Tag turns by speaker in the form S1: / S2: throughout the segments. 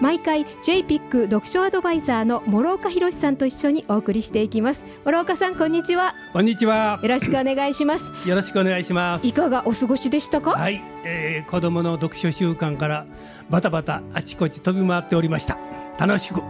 S1: 毎回 JPIC 読書アドバイザーの諸岡博さんと一緒にお送りしていきます諸岡さんこんにちは
S2: こんにちは
S1: よろしくお願いします
S2: よろしくお願いします
S1: いかがお過ごしでしたか
S2: はい、えー、子供の読書習慣からバタバタあちこち飛び回っておりました楽しく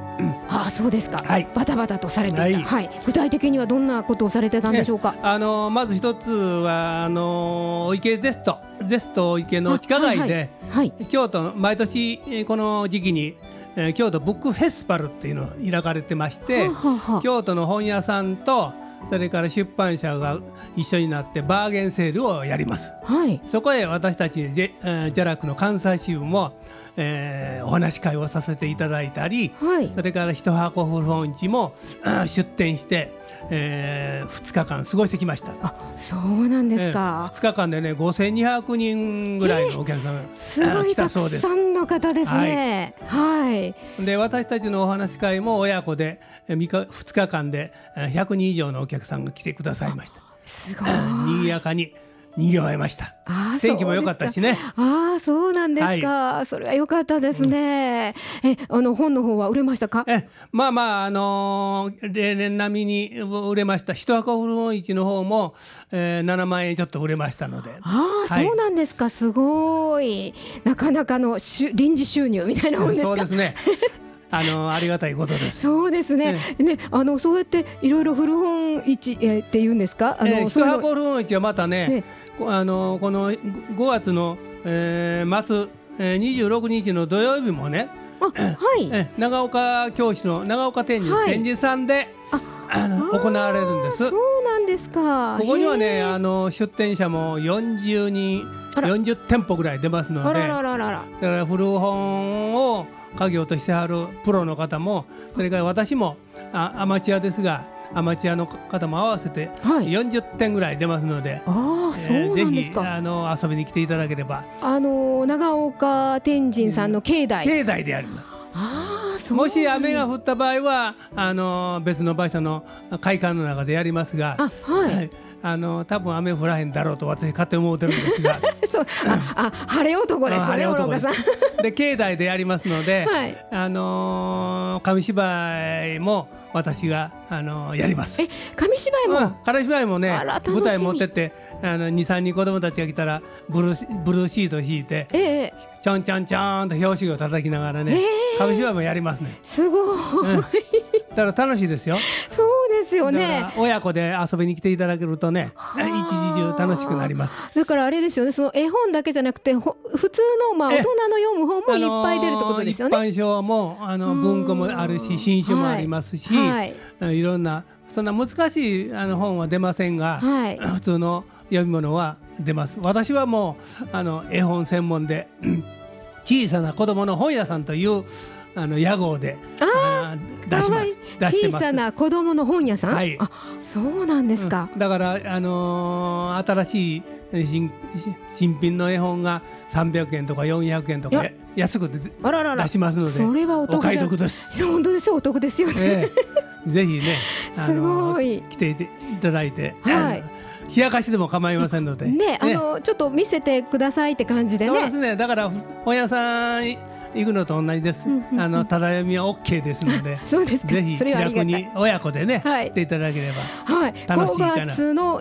S1: ああそうですか、
S2: はい
S1: バタバタとされていた、は
S2: はいい
S1: 具体的にはどんなことをされてたんでしょうか、
S2: あのまず一つはあの池ゼストゼスト池の地下街で、
S1: あはいはい
S2: 京都の毎年えーこの時期に、えー京都ブックフェスティバルっていうのを開かれてまし
S1: は
S2: て、
S1: あはあはあ
S2: 京都の本屋さんとそれから出版社が一緒になってバーゲンセールをやります
S1: はい
S2: そこへ私たちジェ、えージャラクの関西支部も、えーお話し会をさせていただいたり、
S1: はい
S2: それから一箱古本市もうん出店して、え2日間過ごしてきました。
S1: あそうなんですか、
S2: 2日間でね5200人ぐらいのお客さんが、
S1: すご
S2: あ
S1: い
S2: 来
S1: た
S2: たそう
S1: く
S2: です
S1: さんの方ですねはい、
S2: で私たちのお話し会も親子で2日間でえー100人以上のお客さんが来てくださいました
S1: すごい
S2: 賑やかに賑わえました
S1: あー
S2: 天気も良かったしね
S1: ああそうなんですか、それは良かったですね、えあの本の方は売れましたか
S2: えまあまあ、あのー例年並みに売れました一箱古本市の方も、えー7万円ちょっと売れましたので
S1: ああ、
S2: はい
S1: そうなんですかすごいなかなかのしゅ臨時収入みたいなもんですか
S2: そうですねあのーありがたいことです。
S1: そうですね。ね、あのそうやっていろいろ古本市、えーって言うんですか。 あの、
S2: えー
S1: そ
S2: 一
S1: ういうの
S2: 箱古本市はまたね、
S1: ね
S2: こあのこの5月の、えー末、えー、26日の土曜日もね、
S1: あ、はい。
S2: えー長岡教師の長岡天神
S1: はい
S2: 天神さんで、あの
S1: あー
S2: 行われるんで
S1: そ
S2: す。こ
S1: うなんですか。
S2: こには
S1: へ
S2: ね
S1: ー
S2: あの出店者も40人
S1: あら
S2: 40店舗ぐらい出ますの
S1: あ
S2: で
S1: ららららら。
S2: だから古本を家業としてはるプロの方もそれから私もあアマチュアですがアマチュアの方も合わせて
S1: はい。
S2: 40点ぐらい出ますので、
S1: ああ、
S2: え
S1: そ
S2: ー
S1: うなんです
S2: ぜひ
S1: か。
S2: あの遊びに来ていただければ
S1: あの長岡天神さんの境内。
S2: 境内であります、
S1: ああ、そう。
S2: もし雨が降った場合はあの別の場所の会館の中でやりますが
S1: あ、は。
S2: はいいあの多分雨降らへんだろうと私勝手に思うてるんですが
S1: そう。あ、あ、晴れ男ですよ
S2: あ
S1: ね、
S2: れ
S1: 諸岡
S2: 男
S1: さん。
S2: で境内でやりますので、
S1: はい。
S2: あの紙芝居も私が、あのやります。
S1: え、紙芝居も。
S2: うん、紙芝居もね
S1: あら楽しみ
S2: 舞台持ってってあの23人子供たちが来たらブルーシブルーシート敷いて
S1: ええ。
S2: ちょんちょんちょんと表紙を叩きながら
S1: え
S2: ね、
S1: ー
S2: 紙芝居もやりますね。
S1: すごい。
S2: うんだから楽しいですよ。
S1: そうですよ
S2: だか
S1: ね
S2: ら。親子で遊びに来ていただけるとね、一
S1: あ
S2: 時中楽しくなります。
S1: だからあれですよね、その絵本だけじゃなくて、ほ普通のまあ
S2: え
S1: 大人の読む本もいっぱい出るってことですよね。
S2: あのー一般書もあの
S1: うん
S2: 文庫もあるし新書もありますし、
S1: はい
S2: い、ろんなそんな難しいあの本は出ませんが、
S1: はい
S2: 普通の読み物は出ます。私はもうあの絵本専門で うん小さな子供の本屋さんというあの屋号であー出し
S1: か
S2: ま
S1: わ
S2: す
S1: いい
S2: 出して
S1: 小
S2: ます。
S1: さな子供の本屋さん、
S2: はい
S1: あそうなんですか、
S2: うんだから、あのー新しい新新品の絵本が300円とか400円とか
S1: いや
S2: 安くて
S1: あららら
S2: 出しますので
S1: それはお得じゃ
S2: お買い得で す、
S1: 本当ですよお得ですよね、
S2: ええ、ぜひね、
S1: すごい
S2: 来ていていただいて、
S1: はい
S2: あの冷やかしでも構いませんので
S1: ねあのちょっと見せてくださいって感じで
S2: そうです
S1: ね
S2: ねだから本屋さん行くのと同じです、
S1: うんうんうん
S2: あのただ読みは OK ですので
S1: そうですか
S2: ぜひ
S1: そ
S2: 気
S1: れはありが
S2: 楽
S1: たい
S2: に親子でね、
S1: はい
S2: 来ていただければ
S1: はい
S2: 楽しいかな
S1: 5月の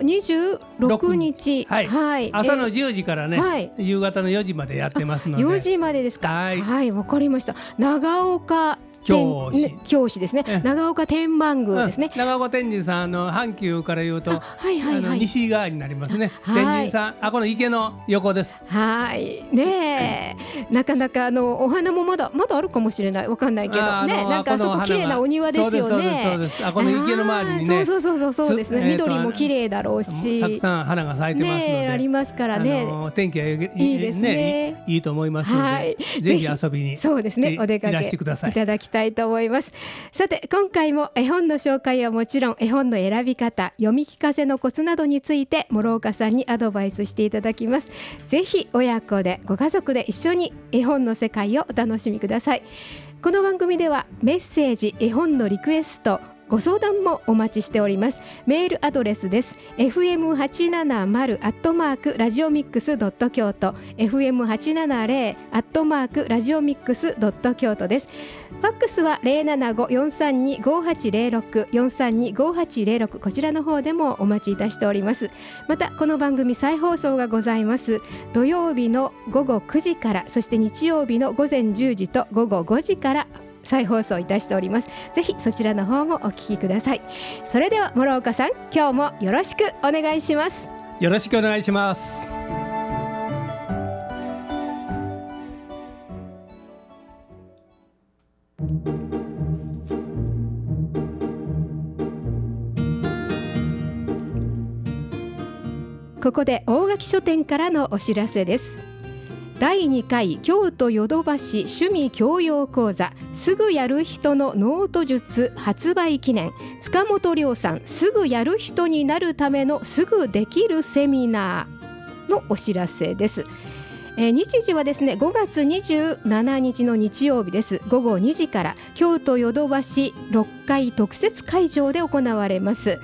S1: 26日
S2: はい朝の10時からね、
S1: はい
S2: 夕方の4時までやってますので
S1: 4時までですか。は、
S2: はいい
S1: わかりました。長岡
S2: 教師
S1: ね教師ですね
S2: ええ。
S1: 長岡天満宮ですね
S2: う。ん長岡天神さんあの阪急から言うと
S1: あ はいはい
S2: あ
S1: は
S2: の
S1: い。
S2: 西側になりますね
S1: はい
S2: 天神さんあこの池の横です
S1: はいね えなかなかあのお花もまだまだあるかもしれないわかんないけど
S2: ああの
S1: ねなんかあそ
S2: このお
S1: こ
S2: 花が
S1: 綺麗なお庭ですよ
S2: そうです
S1: ね
S2: そうですそうですあこの池の周りにね
S1: ああそうそうそうそうそうですね
S2: つえーと
S1: 緑も綺麗だろうした
S2: くさん花が咲いてますの
S1: ね
S2: で、
S1: えありますから
S2: あ
S1: ね
S2: の天気がい
S1: いいですね
S2: いいいと思いますので、
S1: はい
S2: ぜひ遊びに
S1: そうですね
S2: い
S1: お出か
S2: いら
S1: け
S2: してください
S1: いただきたいと思いますさて今回も絵本の紹介はもちろん絵本の選び方読み聞かせのコツなどについて諸岡さんにアドバイスしていただきますぜひ親子でご家族で一緒に絵本の世界をお楽しみくださいこの番組ではメッセージ絵本のリクエストご相談もお待ちしておりますメールアドレスです fm 八七ゼアットマークラジオミックスドット京都 fm 八七ゼアットマークラジオミックスドット京都ですファックスは零七五四三二五八零六四三二五八零六こちらの方でもお待ちいたしておりますまたこの番組再放送がございます土曜日の午後9時からそして日曜日の午前10時と午後5時から再放送いたしておりますぜひそちらの方もお聞きくださいそれでは諸岡さん今日もよろしくお願いします
S2: よろしくお願いします
S1: ここで大垣書店からのお知らせです第2回京都ヨドバシ趣味教養講座すぐやる人のノート術発売記念塚本亮さんすぐやる人になるためのすぐできるセミナーのお知らせですえー日時はですね5月27日の日曜日です午後2時から京都ヨドバシ6階特設会場で行われます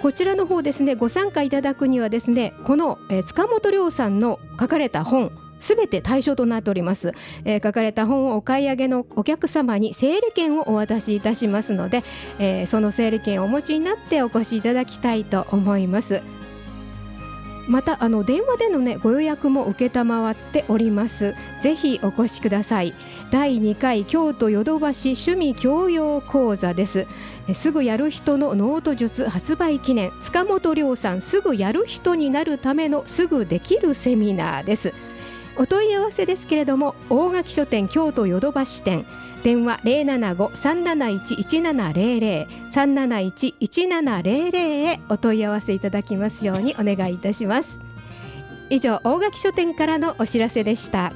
S1: こちらの方ですねご参加いただくにはですねこの、えー塚本亮さんの書かれた本すべて対象となっております、えー書かれた本をお買い上げのお客様に整理券をお渡しいたしますので、えーその整理券をお持ちになってお越しいただきたいと思いますまたあの電話でのねご予約も承っておりますぜひお越しください第2回京都ヨドバシ趣味教養講座ですえすぐやる人のノート術発売記念塚本亮さんすぐやる人になるためのすぐできるセミナーですお問い合わせですけれども大垣書店京都ヨドバシ店電話零七五三七一一七零零三七一一七零零へお問い合わせいただきますようにお願いいたします。以上大垣書店からのお知らせでした。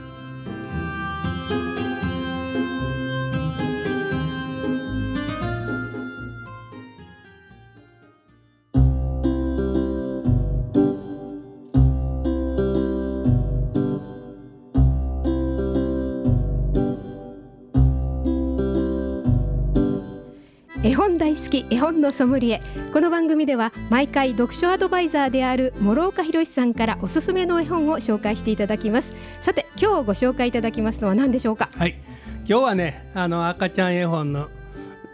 S1: 絵本大好き絵本のソムリエこの番組では毎回読書アドバイザーである諸岡博さんからおすすめの絵本を紹介していただきますさて今日ご紹介いただきますのは何でしょうか
S2: はい今日はねあの赤ちゃん絵本の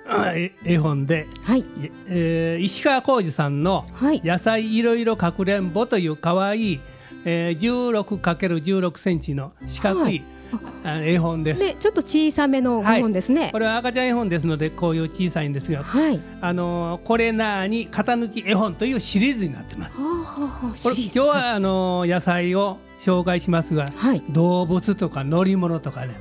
S2: あ絵絵本で、
S1: はい
S2: えー石川浩二さんの
S1: はい
S2: 「野菜いろいろかくれんぼ」というかわいい、えー、16×16 センチの四角い、あ絵本です。
S1: でちょっと小さめの5本ですね
S2: これは赤ちゃん絵本ですのでこういう小さいんですが
S1: はい、
S2: 「あのーこれなーに型抜き絵本」というシリーズになってます。
S1: はあはあはあ
S2: これ
S1: シリー
S2: 今日
S1: ズ
S2: はあのー野菜を紹介しますが
S1: はい
S2: 動物とか乗り物とかね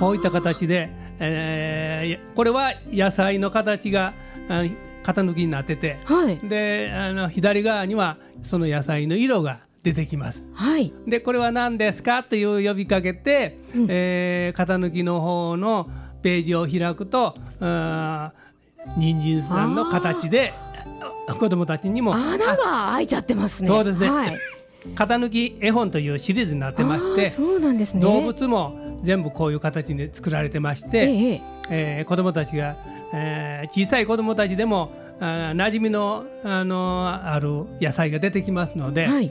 S2: こういった形で、えーこれは野菜の形があの型抜きになってて
S1: はい
S2: であの左側にはその野菜の色が出てきます。
S1: はい
S2: でこれは何ですかという呼びかけて、
S1: うん
S2: えー型抜きの方のページを開くとあー人参さんの形で子どもたちにも
S1: 穴が開いちゃってますね
S2: そうですね
S1: はい
S2: 型抜き絵本というシリーズになってまし
S1: あー
S2: て、
S1: そうなんですね
S2: 動物も全部こういう形に作られてまして、
S1: ええええ
S2: えー子どもたちが、えー小さい子どもたちでもあー馴染みの、あのーある野菜が出てきますので、
S1: はい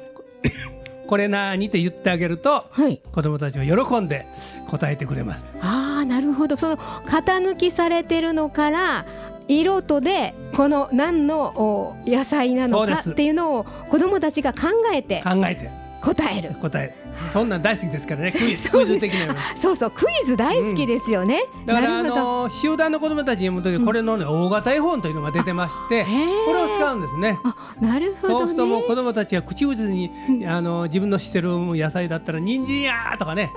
S2: これなにって言ってあげると
S1: はい
S2: 子どもたちは喜んで答えてくれます。
S1: ああなるほどその型抜きされてるのから色とでこの何のお野菜なの
S2: そう
S1: か
S2: です
S1: っていうのを子どもたちが考えて
S2: 考えて
S1: 答える
S2: 答えそんなん大好きですからねクイズ
S1: そ
S2: ク
S1: う
S2: イ
S1: です
S2: ズ的なの
S1: あそうそうクイズ大好きですよね、
S2: だから、
S1: な
S2: あ
S1: るほど、
S2: のー集団の子どもたちに読む時これの、ね大型絵本というのが出てまして
S1: へー
S2: これを使うんですね。
S1: あなるほどね
S2: そうするともう子どもたちが口々に、あの自分の知ってる野菜だったら人参やーと かね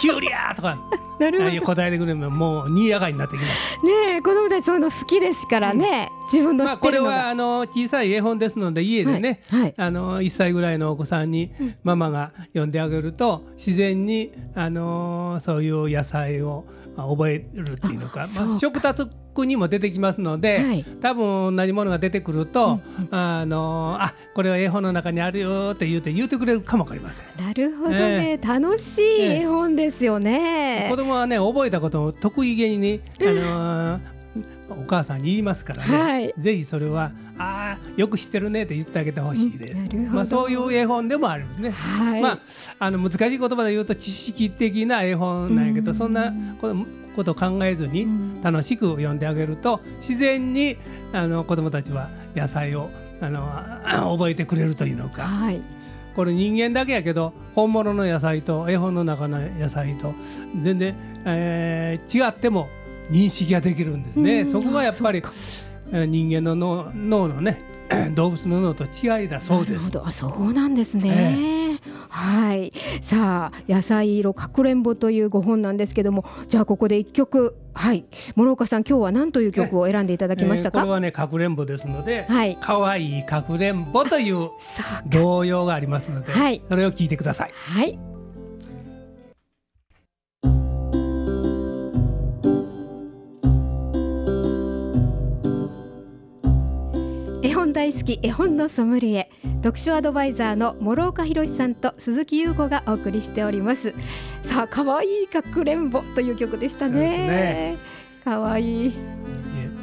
S2: きゅうりやーとか
S1: な
S2: あ
S1: る
S2: あ
S1: ほ
S2: いう
S1: ど
S2: 答えてくれるのもうにやがいになってきます。
S1: ねえ子供たちそういうの好きですからね、自分の
S2: ま
S1: 知
S2: あ、
S1: っ
S2: こ
S1: て
S2: れ
S1: るの
S2: は
S1: が、
S2: あの小さい絵本ですので家でね、
S1: はいはい
S2: あの1歳ぐらいのお子さんにママが読んであげるると自然に、あのーそういう野菜をまあ覚えるっていうのか
S1: あそう
S2: ま
S1: か
S2: あ、食卓にも出てきますので、
S1: はい
S2: 多分同じものが出てくると、あのーあこれは絵本の中にあるよって言うて言うてくれるかもわかりません。
S1: なるほどね、楽しい
S2: ええ
S1: 絵本ですよね。
S2: 子供はね覚えたことを得意げにね、あのーお母さんに言いますからね、
S1: はい
S2: ぜひそれは「ああよく知ってるね」って言ってあげてほしいです。
S1: うんなるほど
S2: まあ、そういう絵本でもあるんですね。
S1: はい、
S2: まあ、あの難しい言葉で言うと知識的な絵本なんやけど、
S1: うん
S2: そんなことことを考えず
S1: う
S2: に
S1: ん
S2: 楽しく読んであげると自然にあの子どもたちは野菜をあの 覚えてくれるというのか
S1: はい、
S2: これ人間だけやけど本物の野菜と絵本の中の野菜と全然、えー違っても認識ができるんですね。
S1: うん
S2: そこがやっぱり
S1: あそ
S2: えー人間の脳脳のね 動物の脳と違いだそう
S1: な
S2: で
S1: るほ
S2: す。
S1: ど、あ、そうなんですね。はい、さあ、野菜色かくれんぼというご本なんですけども、じゃあここで一曲、はい、諸岡さん今日は何という曲を選んでいただきました
S2: えー
S1: か。
S2: これはねかくれんぼですので、
S1: はい
S2: 可愛いかくれんぼという
S1: さあ、
S2: 童謡がありますので、
S1: はい
S2: それを聞いてください。
S1: はい。絵本大好き絵本のソムリエ読書アドバイザーの諸岡博さんと鈴木優子がお送りしておりますさあ可愛いかくれんぼという曲でした
S2: そうです
S1: ね
S2: ね
S1: 可愛いい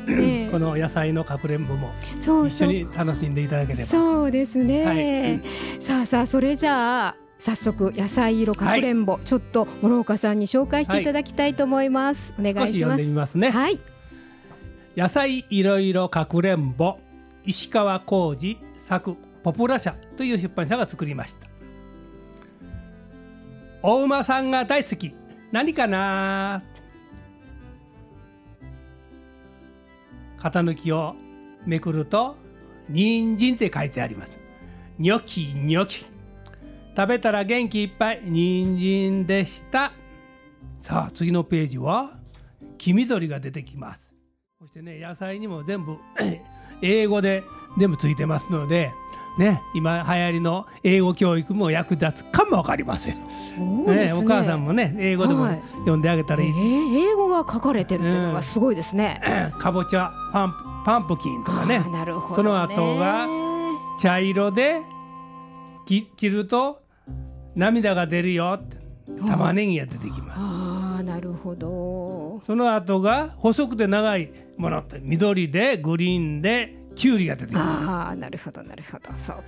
S2: え
S1: ええ
S2: この野菜のかくれんぼも
S1: そう
S2: 一緒
S1: そう
S2: に楽しんでいただければ。
S1: そうですね、
S2: はいうん
S1: さあさあそれじゃあ早速野菜色かくれんぼ、ちょっと諸岡さんに紹介していただきたいと思います、お
S2: 少
S1: 願い
S2: し
S1: し
S2: 読ん
S1: ま
S2: ですみますね。
S1: はい
S2: 野菜いろいろかくれんぼ石川浩二作ポプラ社という出版社が作りましたお馬さんが大好き何かな型抜きをめくると人参って書いてありますニョキニョキ食べたら元気いっぱい人参でしたさあ次のページは黄緑が出てきますそしてね野菜にも全部 英語で全部ついてますのでね今流行りの英語教育も役立つかもわかりません、
S1: そうですね
S2: お母さんもね英語でも
S1: はい
S2: 読んであげたら
S1: え
S2: いい、
S1: ー英語が書かれてるっていうのがすごいですね、
S2: かぼちゃパンパンプキンとかね
S1: あーなるほどね
S2: その後が茶色でき切ると涙が出るよって玉ねぎが出てきます
S1: ああなるほど
S2: その後が細くて長いものって緑でグリーンでキュウリが出てきま
S1: ああなるほどなるほどそうか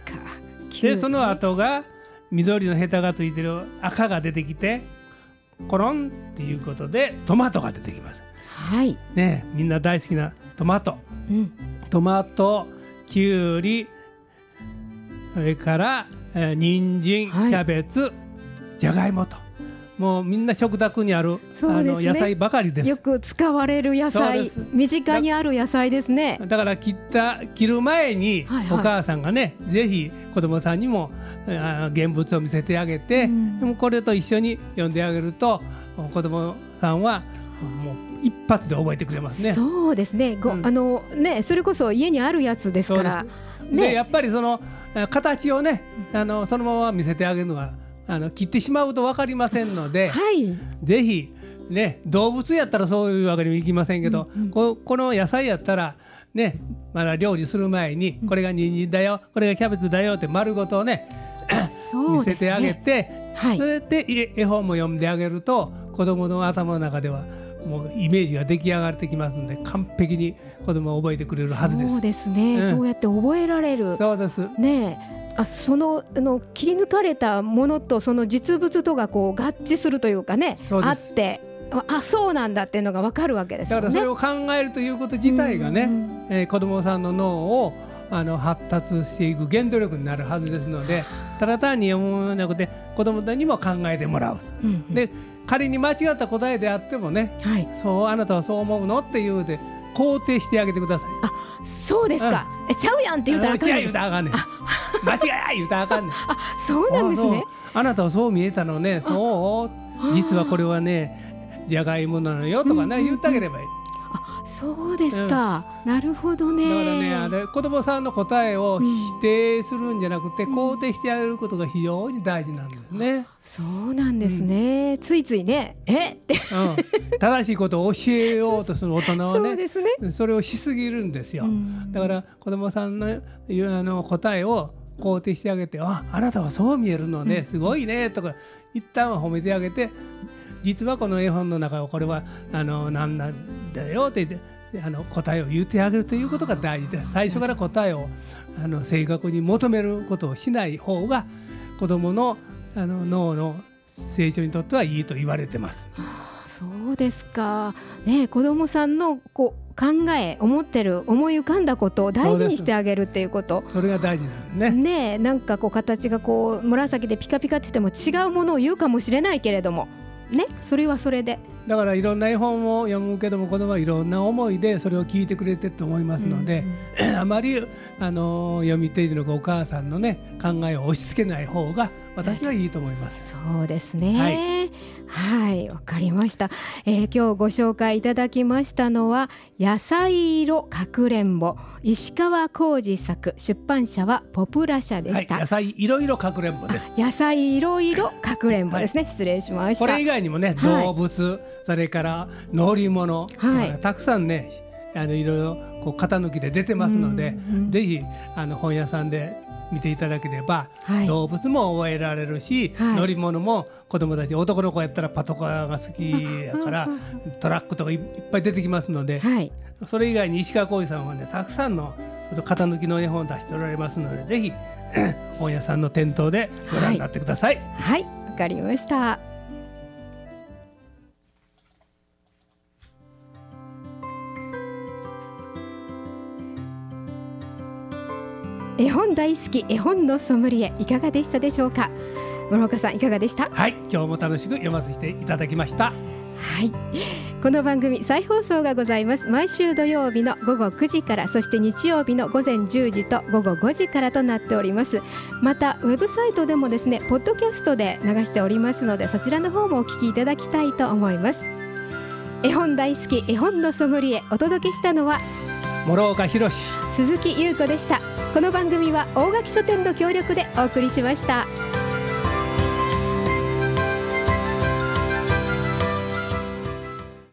S2: す。
S1: きゅう
S2: で
S1: り
S2: その後が緑のヘタがついてる赤が出てきてコロンっていうことでトマトが出てきます。
S1: はい、
S2: ねえみんな大好きなトマト
S1: うん、
S2: トマトキュウリそれから、えー、人参キ
S1: はい
S2: ャベツじゃがいもともうみんな食卓にある、
S1: そう
S2: あ
S1: です
S2: の
S1: ね
S2: 野菜ばかりです。
S1: よく使われる野
S2: そうで
S1: 菜
S2: す
S1: 身近にある野菜ですね
S2: だから切った切る前に
S1: はいはい
S2: お母さんがね、ぜひ子供さんにもあー現物を見せてあげて、
S1: うん
S2: でもこれと一緒に読んであげると子供さんはもう一発で覚えてくれますね。
S1: そうですね。ご、
S2: うん
S1: あのねそれこそ家にあるやつですから。
S2: そうです
S1: ね
S2: でやっぱりそのあ形をねあのそのまま見せてあげるのがあの切ってしまうと分かりませんので、
S1: はい。
S2: ぜひね動物やったらそういうわけにもいきませんけど、
S1: うんうん
S2: ここの野菜やったらねまだ料理する前にこれが人参だよこれがキャベツだよって丸ごとね
S1: そ
S2: 見
S1: うで
S2: せ
S1: すね。
S2: てあげて
S1: はい
S2: そ。れでえ絵本も読んであげると子どもの頭の中ではもうイメージが出来上がってきますので完璧に子どもは覚えてくれるはずで
S1: そう
S2: す。
S1: ですね、
S2: うん
S1: そうやって覚えられる。
S2: そうです
S1: ねえ。あそのあの切り抜かれたものとその実物とがこう合致するというかね
S2: そう
S1: あっ
S2: です
S1: てああそうなんだっていうのがわかるわけです
S2: だ
S1: も
S2: か
S1: ん
S2: らそ
S1: ね
S2: れ。を考えるということ自体がね、
S1: うん
S2: えー子どもさんの脳をあの発達していく原動力になるはずですのでただ単に読むのではなくて子どもにも考えてもらう。
S1: うんうん
S2: で仮に間違った答えであってもね
S1: はい。
S2: そうあなたはそう思うのっていうで肯定してあげてください。
S1: そうですか。えちゃうやんって言うたらあかん
S2: 間
S1: の
S2: 違
S1: で
S2: い言う
S1: す
S2: た。らあかんねん。間違い言うたらあかんねん。
S1: あそうなんですね
S2: あ。そうあなたはそう見えたのねそう
S1: あ
S2: 実はこれはねじゃがいもなのよとかね、
S1: うんうんうん
S2: 言ってあげればいい。
S1: あそうですか、なるほどね
S2: だからねあれ子どもさんの答えを否定するんじゃなくて、
S1: ん
S2: 肯定してあげることが非常に大事なんですね。
S1: そうなんですね、ついついねえって
S2: うん、正しいことを教えようとする大人は
S1: そう
S2: ね
S1: ですね
S2: それをしすぎるんですよ。
S1: うん
S2: だから子どもさんの言うあの答えを肯定してあげて「ああなたはそう見えるの
S1: うん
S2: ねすごいね」とか一旦は褒めてあげて実はこの絵本の中はこれはあの何なんだよって言ってあの答えを言ってあげるということが大事です最初から答えをあの正確に求めることをしない方が子どものあの脳の成長にとってはいいと言われてます。
S1: そうですかね子どもさんのこう考え思ってる思い浮かんだことを大事にしてあげるっていうこと
S2: それが大事なんですね。
S1: ねえなんかこう形がこう紫でピカピカって言っても違うものを言うかもしれないけれどもねそれはそれで
S2: だからいろんな絵本を読むけども子供はいろんな思いでそれを聞いてくれてると思いますので、 あまりあの読み手のお母さんのね考えを押し付けない方が私はいいと思います。
S1: そうですね。はい、わ、かりました、えー今日ご紹介いただきましたのは野菜色かくれんぼ石川浩二作出版社はポプラ社で
S2: は
S1: し
S2: い、
S1: た。
S2: 野菜いろいろかくれんぼです。
S1: 野菜色々かくれんぼですね、失礼しました。
S2: これ以外にもね、
S1: はい
S2: 動物それから乗り物、
S1: はい
S2: だからたくさんねあのいろいろこう型抜きで出てますので、
S1: うんうん
S2: ぜひあの本屋さんで見ていただければ、
S1: はい
S2: 動物も覚えられるし、
S1: はい
S2: 乗り物も子供たち男の子やったらパトカーが好きやから
S1: うん
S2: トラックとかいいっぱい出てきますので、
S1: はい、
S2: それ以外に石川浩二さんはねたくさんの型抜きの絵本を出しておられますのでぜひ 本屋さんの店頭でご覧になってください
S1: はい、わかりました。絵本大好き絵本のソムリエいかがでしたでしょうか室岡さんいかがでした
S2: はい、今日も楽しく読ませていただきました。
S1: はい。この番組再放送がございます。毎週土曜日の午後9時から、そして日曜日の午前10時と午後5時からとなっております。またウェブサイトでもですね、ポッドキャストで流しておりますので、そちらの方もお聞きいただきたいと思います。絵本大好き絵本のソムリエお届けしたのは
S2: 諸岡博史。
S1: 鈴木優子でした。この番組は大垣書店の協力でお送りしました。